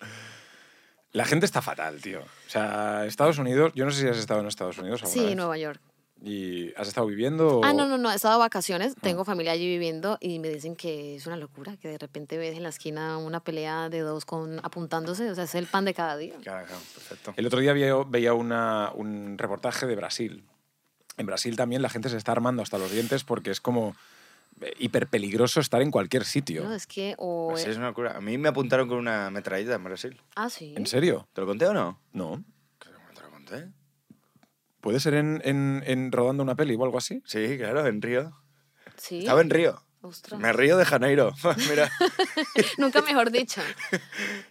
Speaker 2: La gente está fatal, tío. O sea, Estados Unidos, yo no sé si has estado en Estados Unidos alguna
Speaker 1: Sí,
Speaker 2: vez.
Speaker 1: Nueva York.
Speaker 2: ¿Y has estado viviendo? o-
Speaker 1: Ah, no, no, no, he estado de vacaciones, tengo familia allí viviendo y me dicen que es una locura, que de repente ves en la esquina una pelea de dos con apuntándose, o sea, es el pan de cada día.
Speaker 3: Claro, claro, perfecto.
Speaker 2: El otro día veo- veía una- un reportaje de Brasil. En Brasil también la gente se está armando hasta los dientes porque es como eh, hiper peligroso estar en cualquier sitio.
Speaker 1: No, es que o eh,
Speaker 3: Así Pues es una locura. A mí me apuntaron con una metralleta en Brasil.
Speaker 1: Ah, sí.
Speaker 2: ¿En serio?
Speaker 3: ¿Te lo conté o no?
Speaker 2: No.
Speaker 3: ¿Te lo conté?
Speaker 2: ¿Puede ser en, en- en rodando una peli o algo así?
Speaker 3: Sí, claro, en Río.
Speaker 1: Sí.
Speaker 3: Estaba en Río.
Speaker 1: Ostras.
Speaker 3: Me río de Janeiro. <laughs> Mira.
Speaker 1: <laughs> Nunca mejor dicho. <laughs>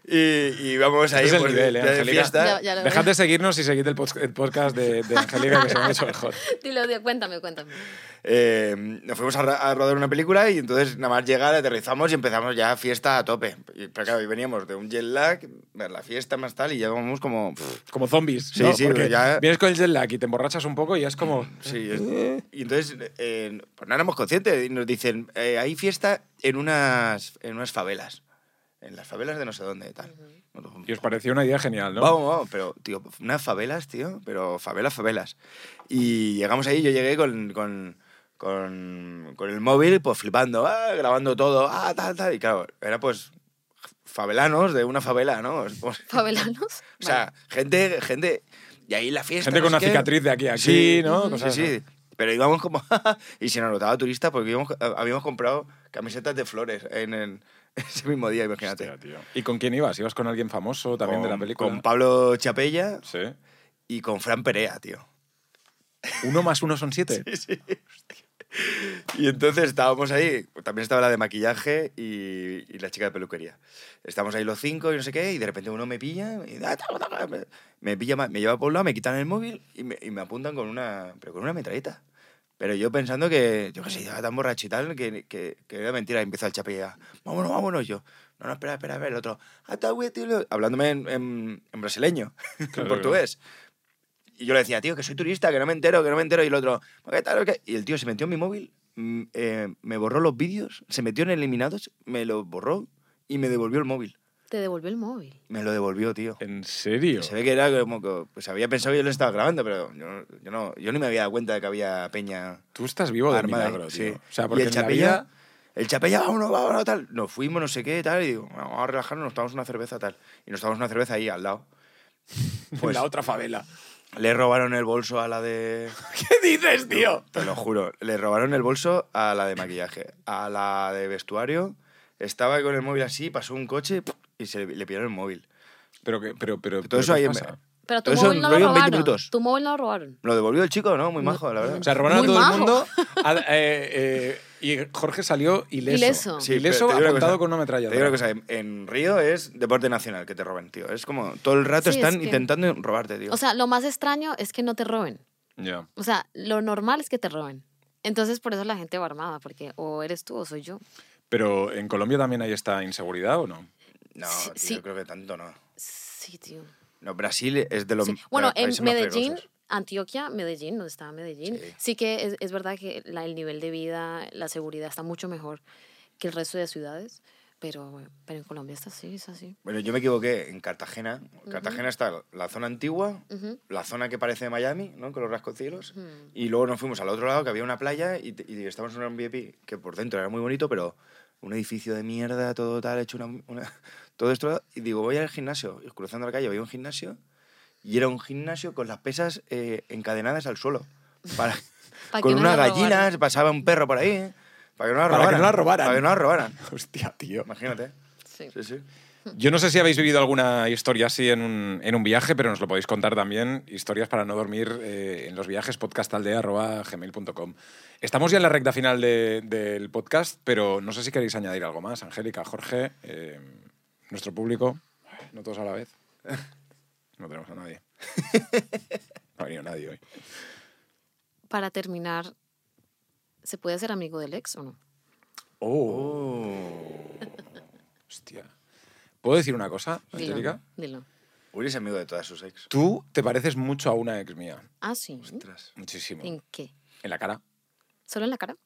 Speaker 3: Y, y vamos ahí
Speaker 2: es el
Speaker 3: pues,
Speaker 2: nivel,
Speaker 3: de,
Speaker 2: ¿eh,
Speaker 3: de
Speaker 2: Angélica?
Speaker 3: fiesta.
Speaker 1: Ya- ya lo
Speaker 2: Dejad
Speaker 1: veo.
Speaker 2: de seguirnos y seguid el, pod- el podcast de, de Angélica, que se me ha hecho mejor.
Speaker 1: Dilo, dilo, cuéntame, cuéntame.
Speaker 3: Eh, nos fuimos a, ra- a rodar una película y entonces nada más llegar aterrizamos y empezamos ya fiesta a tope. Y, pero claro, y veníamos de un jet lag, ver la fiesta más tal y ya vamos como... pff,
Speaker 2: Como zombies.
Speaker 3: Sí,
Speaker 2: ¿no?
Speaker 3: sí,
Speaker 2: Porque
Speaker 3: pero ya-
Speaker 2: Vienes con el jet lag y te emborrachas un poco y ya es como.
Speaker 3: sí, es- y entonces eh, pues no éramos conscientes y nos dicen, eh, hay fiesta en unas, en unas favelas, en las favelas de no sé dónde y tal.
Speaker 2: Y os pareció una idea genial, ¿no?
Speaker 3: Vamos, vamos, pero, tío, unas favelas, tío, pero favelas, favelas. Y llegamos ahí, yo llegué con, con, con, con el móvil, pues flipando, ah, grabando todo, ah, tal, tal. Y claro, era pues favelanos de una favela, ¿no? Pues, pues,
Speaker 1: ¿Favelanos?
Speaker 3: <laughs> o sea, gente, gente, y ahí la fiesta.
Speaker 2: Gente
Speaker 3: no
Speaker 2: con
Speaker 3: sé
Speaker 2: una
Speaker 3: qué.
Speaker 2: cicatriz de aquí a aquí,
Speaker 3: Sí,
Speaker 2: ¿no?
Speaker 3: sí,
Speaker 2: Cosas
Speaker 3: sí. Pero íbamos <laughs> eh, como... y se nos notaba turista porque íbamos- habíamos comprado camisetas de flores en, en, <laughs> Ese mismo día, imagínate.
Speaker 2: Hostia, tío. ¿Y con quién ibas? ¿Ibas con alguien famoso también de la
Speaker 3: Con-
Speaker 2: película?
Speaker 3: Con Pablo Chapella
Speaker 2: Sí.
Speaker 3: y con Fran Perea, tío.
Speaker 2: Uno más uno son <laughs> siete.
Speaker 3: Y entonces estábamos ahí, también estaba la de maquillaje y, y la chica de peluquería. Estábamos ahí los cinco y no sé qué, y de repente uno me pilla, y da, ta, ta, ta, me- me, pilla, ma- me lleva por un lado, me quitan el móvil y me, y me apuntan con una, pero con una metralleta. Pero yo pensando que, yo qué sé, estaba tan borracho y tal, que, que, que era mentira. Y empieza el chapilla, vámonos, vámonos yo. No, no, espera, espera, espera, el otro. "Hasta güey, tío", Hablándome en, en- en brasileño, <laughs> en
Speaker 2: Claro,
Speaker 3: portugués. Y yo le decía, tío, que soy turista, que no me entero, que no me entero. Y el otro, ¿qué tal? ¿Qué? Y el tío se metió en mi móvil, mm, eh, me borró los vídeos, se metió en eliminados, me lo borró y me devolvió el móvil.
Speaker 1: Te devolvió el móvil.
Speaker 3: Me lo devolvió, tío.
Speaker 2: ¿En serio?
Speaker 3: Se ve que era como que, pues había pensado que yo lo estaba grabando, pero yo, no- yo no, yo ni me había dado cuenta de que había peña
Speaker 2: Tú estás vivo de
Speaker 3: armada ahí.
Speaker 2: milagro,
Speaker 3: Sí.
Speaker 2: tío. O sea,
Speaker 3: Y
Speaker 2: porque
Speaker 3: el
Speaker 2: en la
Speaker 3: chapilla,
Speaker 2: vida-
Speaker 3: el chapilla, vámonos, vámonos, tal. Nos fuimos, no sé qué, tal, y digo, "Bueno, vamos a relajarnos, nos tomamos una cerveza, tal. Y nos tomamos una cerveza ahí al lado.
Speaker 2: en la otra favela. <laughs>
Speaker 3: Le robaron el bolso a la de...
Speaker 2: ¿Qué dices, tío?
Speaker 3: Te lo juro, le robaron el bolso a la de maquillaje, a la de vestuario. Estaba con el móvil así, pasó un coche ¡pum! y se le, le pillaron el móvil.
Speaker 2: Pero que, pero, pero.
Speaker 3: Todo
Speaker 2: pero
Speaker 3: eso
Speaker 2: ¿qué
Speaker 3: ahí en-
Speaker 2: pasa?
Speaker 1: Pero tu
Speaker 3: Todo eso
Speaker 1: móvil
Speaker 3: en
Speaker 1: no lo
Speaker 3: rollo en 20
Speaker 1: robaron.
Speaker 3: minutos.
Speaker 1: Tu móvil no lo robaron.
Speaker 3: Lo devolvió el chico, ¿no? Muy majo, la verdad.
Speaker 2: O sea, robaron a
Speaker 1: Muy
Speaker 2: todo
Speaker 1: majo.
Speaker 2: el mundo. a- eh, eh, y Jorge salió ileso.
Speaker 1: Ileso.
Speaker 2: Sí,
Speaker 3: pero
Speaker 2: ileso
Speaker 3: te digo una
Speaker 2: apuntado
Speaker 3: cosa,
Speaker 2: con una metralla.
Speaker 3: Te digo una cosa, en, en Río es deporte nacional que te roben, tío. Es como todo el rato
Speaker 1: Sí,
Speaker 3: están
Speaker 1: es que-
Speaker 3: intentando robarte, tío.
Speaker 1: O sea, lo más extraño es que no te roben. O sea, lo normal es que te roben. Entonces, por eso la gente va armada, porque o eres tú o soy yo.
Speaker 2: Pero en Colombia también hay esta inseguridad o no?
Speaker 3: no,
Speaker 1: sí,
Speaker 3: tío,
Speaker 1: sí.
Speaker 3: creo que tanto no.
Speaker 1: Sí, tío.
Speaker 3: No, Brasil es de los
Speaker 1: Sí. Bueno, en
Speaker 3: países más
Speaker 1: Medellín,
Speaker 3: peligrosos.
Speaker 1: Antioquia, Medellín, donde estaba Medellín,
Speaker 3: Sí.
Speaker 1: sí, que es, es verdad que la- el nivel de vida, la seguridad está mucho mejor que el resto de ciudades, pero, pero en Colombia está así, es así.
Speaker 3: Bueno, yo me equivoqué en Cartagena. Cartagena está la zona antigua,
Speaker 1: Ujú.
Speaker 3: la zona que parece Miami, ¿no? Con los rascacielos.
Speaker 1: Hmm.
Speaker 3: Y luego nos fuimos al otro lado, que había una playa, y, te- y estábamos en un VIP que por dentro era muy bonito, pero un edificio de mierda, todo tal, hecho una... una- <laughs> todo esto. Y digo, voy al gimnasio. Y cruzando la calle había un gimnasio, y era un gimnasio con las pesas eh, encadenadas al suelo. Para,
Speaker 1: <laughs> Pa' que
Speaker 3: <laughs> con
Speaker 1: no
Speaker 3: unas
Speaker 1: la robaran.
Speaker 3: gallinas, pasaba un perro por ahí, para que no la
Speaker 2: Para que
Speaker 3: robaran.
Speaker 2: no la robaran.
Speaker 3: Para que no la robaran.
Speaker 2: Hostia, tío.
Speaker 3: Imagínate.
Speaker 1: Sí.
Speaker 3: Sí, sí.
Speaker 2: Yo no sé si habéis vivido alguna historia así en un, en un viaje, pero nos lo podéis contar también. Historias para no dormir eh, en los viajes, podcastaldea.gmail.com. Estamos ya en la recta final de- del podcast, pero no sé si queréis añadir algo más. Angélica, Jorge, eh, nuestro público. No todos a la vez. <laughs> No tenemos a nadie. <laughs> No ha venido nadie hoy.
Speaker 1: Para terminar, ¿se puede ser amigo del ex o no?
Speaker 2: Oh. Hostia. ¿Puedo decir una cosa,
Speaker 1: Dilo,
Speaker 2: Angélica?
Speaker 1: dilo.
Speaker 3: Uri es amigo de todas sus ex.
Speaker 2: Tú te pareces mucho a una ex mía.
Speaker 1: Ah, sí.
Speaker 3: Ostras.
Speaker 2: Muchísimo.
Speaker 1: ¿En qué?
Speaker 2: En la cara.
Speaker 1: ¿Solo en la
Speaker 2: <laughs>
Speaker 1: cara?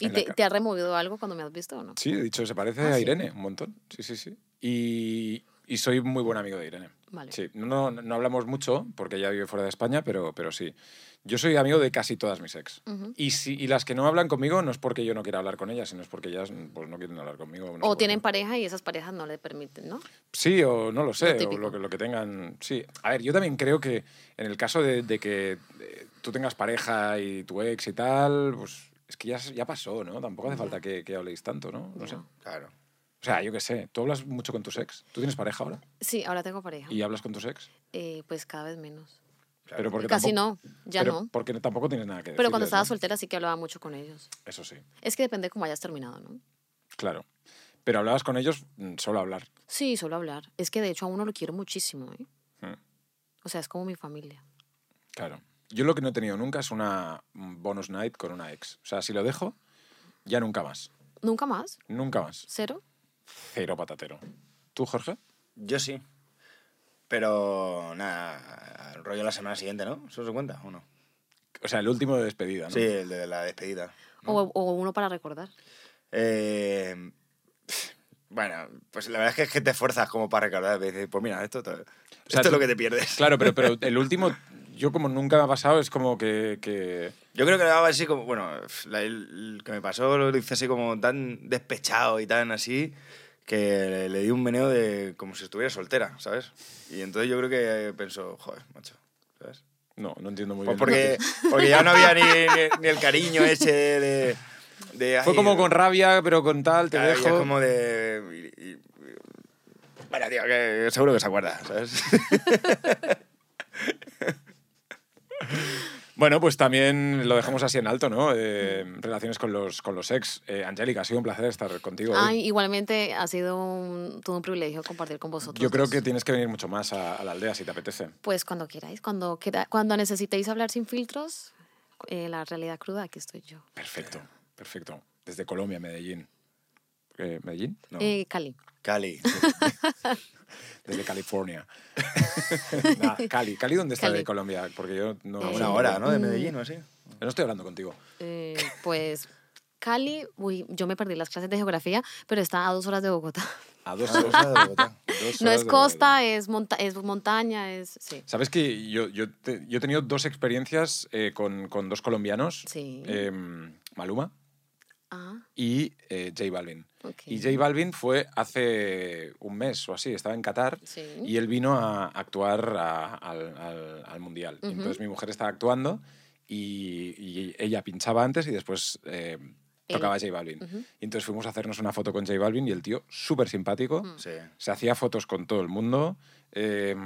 Speaker 1: ¿Y
Speaker 2: En la
Speaker 1: te,
Speaker 2: cara.
Speaker 1: te ha removido algo cuando me has visto o no?
Speaker 2: Sí, he dicho, se parece
Speaker 1: Ah,
Speaker 2: a
Speaker 1: ¿sí?
Speaker 2: Irene un montón. Sí, sí, sí. Y, y soy muy buen amigo de Irene.
Speaker 1: Vale.
Speaker 2: Sí, no, no, no hablamos mucho porque ella vive fuera de España, pero, pero sí. Yo soy amigo de casi todas mis ex.
Speaker 1: Ujú.
Speaker 2: y, si, y las que no hablan conmigo no es porque yo no quiera hablar con ellas, sino es porque ellas pues, no quieren hablar conmigo. no sé
Speaker 1: o
Speaker 2: por qué.
Speaker 1: tienen pareja y esas parejas no le permiten, ¿no?
Speaker 2: Sí, o no lo sé, o
Speaker 1: típico.
Speaker 2: lo que, lo que tengan. Sí, a ver, yo también creo que en el caso de, de que eh, tú tengas pareja y tu ex y tal, pues es que ya, ya pasó, ¿no? Tampoco hace falta que, que habléis tanto, ¿no? No sé.
Speaker 3: Claro.
Speaker 2: O sea, yo qué sé, tú hablas mucho con tus ex. Tú tienes pareja ahora
Speaker 1: Sí, ahora tengo pareja.
Speaker 2: y hablas con tus ex.
Speaker 1: Eh, pues cada vez menos.
Speaker 3: Claro.
Speaker 2: Pero porque
Speaker 1: Casi
Speaker 2: tampoco-
Speaker 1: no, ya
Speaker 2: pero
Speaker 1: no.
Speaker 2: Porque tampoco tienes nada que decir.
Speaker 1: Pero cuando estaba soltera sí que hablaba mucho con ellos.
Speaker 2: Eso sí,
Speaker 1: Es que depende cómo hayas terminado, ¿no?
Speaker 2: claro. Pero hablabas con ellos mm, solo hablar.
Speaker 1: Sí, solo hablar. Es que de hecho a uno lo quiero muchísimo, ¿eh?
Speaker 2: Mm,
Speaker 1: O sea, es como mi familia.
Speaker 2: Claro. Yo lo que no he tenido nunca es una mm, bonus night con una ex. O sea, si lo dejo, ya nunca más.
Speaker 1: Nunca más,
Speaker 2: Nunca más.
Speaker 1: cero.
Speaker 2: Cero patatero. ¿Tú, Jorge?
Speaker 3: Yo sí. Pero nada, el rollo la semana siguiente, ¿no? ¿Eso se cuenta o no?
Speaker 2: O sea, el último de despedida, ¿no?
Speaker 3: Sí, el de la despedida.
Speaker 1: O, o uno para recordar.
Speaker 3: Eh, bueno, pues la verdad es que, es que te esfuerzas como para recordar. dices, Pues mira, esto, te- esto es
Speaker 2: tú-
Speaker 3: lo que te pierdes.
Speaker 2: Claro, pero,
Speaker 3: <laughs>
Speaker 2: pero el último, yo como nunca me ha pasado, es como que... que-
Speaker 3: Yo creo que lo daba así como, bueno, la- el, el que me pasó lo hice así como tan despechado y tan así que le, le di un meneo de como si estuviera soltera, ¿sabes? Y entonces yo creo que pensó, joder, macho, ¿sabes?
Speaker 2: No, no entiendo muy
Speaker 3: Pues
Speaker 2: bien.
Speaker 3: porque, porque ya no había ni, ni- ni el cariño ese de, de,
Speaker 2: Fue
Speaker 3: ay,
Speaker 2: como con rabia, pero con tal, te
Speaker 3: claro, y
Speaker 2: dejo.
Speaker 3: es como de... y- y- Bueno, tío, que seguro que se acuerda, ¿sabes? <laughs>
Speaker 2: Bueno, pues también lo dejamos así en alto, ¿no? Eh, relaciones con los, con los ex. Eh, Angélica, ha sido un placer estar contigo. hoy.
Speaker 1: Ay, igualmente ha sido un, todo un privilegio compartir con vosotros.
Speaker 2: Yo creo
Speaker 1: dos.
Speaker 2: que tienes que venir mucho más a, a la aldea si te apetece.
Speaker 1: Pues cuando queráis, cuando, quera- cuando necesitéis hablar sin filtros, eh, la realidad cruda, aquí estoy yo.
Speaker 2: Perfecto, perfecto. Desde Colombia, Medellín. Eh, ¿Medellín?
Speaker 3: No,
Speaker 1: Eh, Cali.
Speaker 3: Cali.
Speaker 2: Desde
Speaker 1: <laughs>
Speaker 2: California. Nah, Cali. ¿Cali dónde está
Speaker 1: Cali.
Speaker 2: de Colombia? Porque yo no...
Speaker 1: Eh,
Speaker 3: Una hora, ¿no? De Medellín o así.
Speaker 2: Yo No estoy hablando contigo.
Speaker 1: Eh, pues Cali, uy, yo me perdí las clases de geografía, pero está a dos horas de Bogotá.
Speaker 2: A dos
Speaker 3: Dos horas de Bogotá.
Speaker 2: dos
Speaker 1: No
Speaker 2: horas
Speaker 1: es
Speaker 2: de Bogotá.
Speaker 1: costa, es, monta- es montaña, es... Sí.
Speaker 2: Sabes que yo, yo, te- yo he tenido dos experiencias eh, con, con dos colombianos.
Speaker 1: Sí.
Speaker 2: Em, Maluma
Speaker 1: Ah,
Speaker 2: y eh, J Balvin.
Speaker 1: ok.
Speaker 2: Y J Balvin fue hace un mes o así, estaba en Qatar
Speaker 1: Sí.
Speaker 2: y él vino a actuar a- al, al- al Mundial. Y
Speaker 1: Ujú.
Speaker 2: Entonces mi mujer estaba actuando y, y ella pinchaba antes y después eh,
Speaker 1: Él.
Speaker 2: tocaba J Balvin.
Speaker 1: Ujú.
Speaker 2: Y entonces fuimos a hacernos una foto con J Balvin y el tío, súper simpático,
Speaker 3: Sí.
Speaker 2: se hacía fotos con todo el mundo, eh,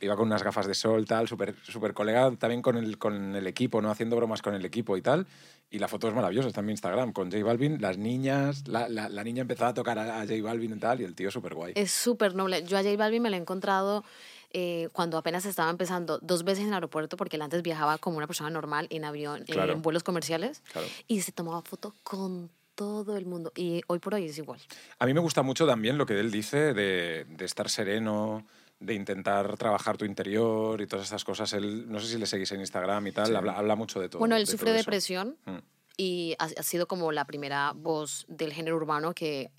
Speaker 2: iba con unas gafas de sol, tal, súper super colega también con el, con el equipo, ¿no? Haciendo bromas con el equipo y tal. Y la foto es maravillosa, está en mi Instagram, con J Balvin, las niñas, la, la- la niña empezaba a tocar a, a J Balvin y tal, y el tío súper guay.
Speaker 1: Es súper noble. Yo a J Balvin me lo he encontrado eh, cuando apenas estaba empezando dos veces en el aeropuerto, porque él antes viajaba como una persona normal en avión, eh,
Speaker 2: Claro.
Speaker 1: en vuelos comerciales,
Speaker 2: Claro.
Speaker 1: y se tomaba foto con todo el mundo. Y hoy por hoy es igual.
Speaker 2: A mí me gusta mucho también lo que él dice de, de estar sereno, de intentar trabajar tu interior y todas estas cosas. Él, no sé si le seguís en Instagram y tal, habla, habla mucho de todo.
Speaker 1: bueno, él
Speaker 2: de
Speaker 1: sufre
Speaker 2: todo eso.
Speaker 1: depresión
Speaker 2: Mm.
Speaker 1: y ha, ha sido como la primera voz del género urbano que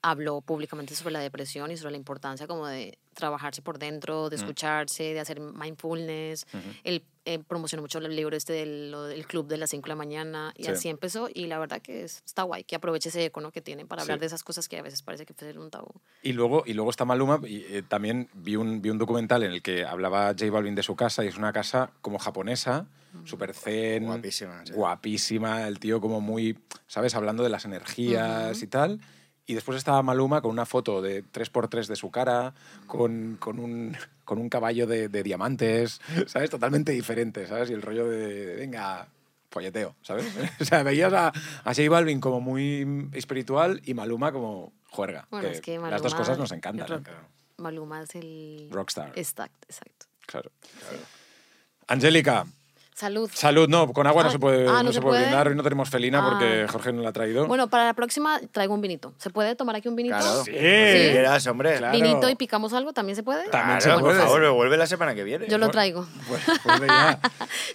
Speaker 1: habló públicamente sobre la depresión y sobre la importancia como de trabajarse por dentro, de escucharse, de hacer mindfulness. Él eh, promocionó mucho el libro este del lo del club de las 5 de la mañana y
Speaker 2: Sí.
Speaker 1: así empezó y la verdad que es- está guay que aproveche ese eco ¿no? que tiene para hablar
Speaker 2: Sí.
Speaker 1: de esas cosas que a veces parece que puede ser un tabú.
Speaker 2: Y luego, y luego está Maluma. Y, eh, también vi un, vi un documental en el que hablaba J Balvin de su casa y es una casa como japonesa, súper zen.
Speaker 3: Guapísima, sí.
Speaker 2: Guapísima, el tío como muy, ¿sabes? Hablando de las energías y tal. Y después estaba Maluma con una foto de 3x3 de su cara, con, con, un, con un caballo de, de diamantes, <laughs> ¿sabes? Totalmente diferente, ¿sabes? Y el rollo de, venga, folleteo, ¿sabes? <laughs> o sea, veías a, a J Balvin como muy mm, espiritual y Maluma como juerga.
Speaker 1: Bueno, es que
Speaker 2: las dos
Speaker 1: Maluma
Speaker 2: cosas nos
Speaker 1: es
Speaker 2: encantan.
Speaker 1: rock.
Speaker 2: ¿eh?
Speaker 1: Maluma es el...
Speaker 2: Rockstar.
Speaker 1: Exacto, exacto.
Speaker 2: Claro. Angélica,
Speaker 1: Salud.
Speaker 2: salud, no, con agua no
Speaker 1: Ah,
Speaker 2: se puede,
Speaker 1: ah,
Speaker 2: no se puede brindar, hoy no tenemos felina
Speaker 1: Ah.
Speaker 2: porque Jorge no la ha traído.
Speaker 1: Bueno, para la próxima traigo un vinito. ¿Se puede tomar aquí un vinito?
Speaker 3: Claro.
Speaker 2: Sí.
Speaker 3: Si quieras, hombre.
Speaker 2: Claro.
Speaker 1: vinito y picamos algo, también se puede.
Speaker 2: También se
Speaker 3: Claro, por
Speaker 2: puede.
Speaker 3: favor, me vuelve la semana que viene.
Speaker 1: Yo lo traigo. <laughs>
Speaker 2: Bueno, pues venga.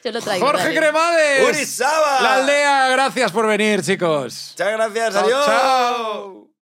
Speaker 1: Yo lo traigo.
Speaker 2: Jorge
Speaker 1: dale.
Speaker 2: Cremades.
Speaker 3: ¡Urizaba!
Speaker 2: La aldea, gracias por venir, chicos.
Speaker 3: Muchas gracias,
Speaker 2: Chao,
Speaker 3: adiós.
Speaker 2: chao.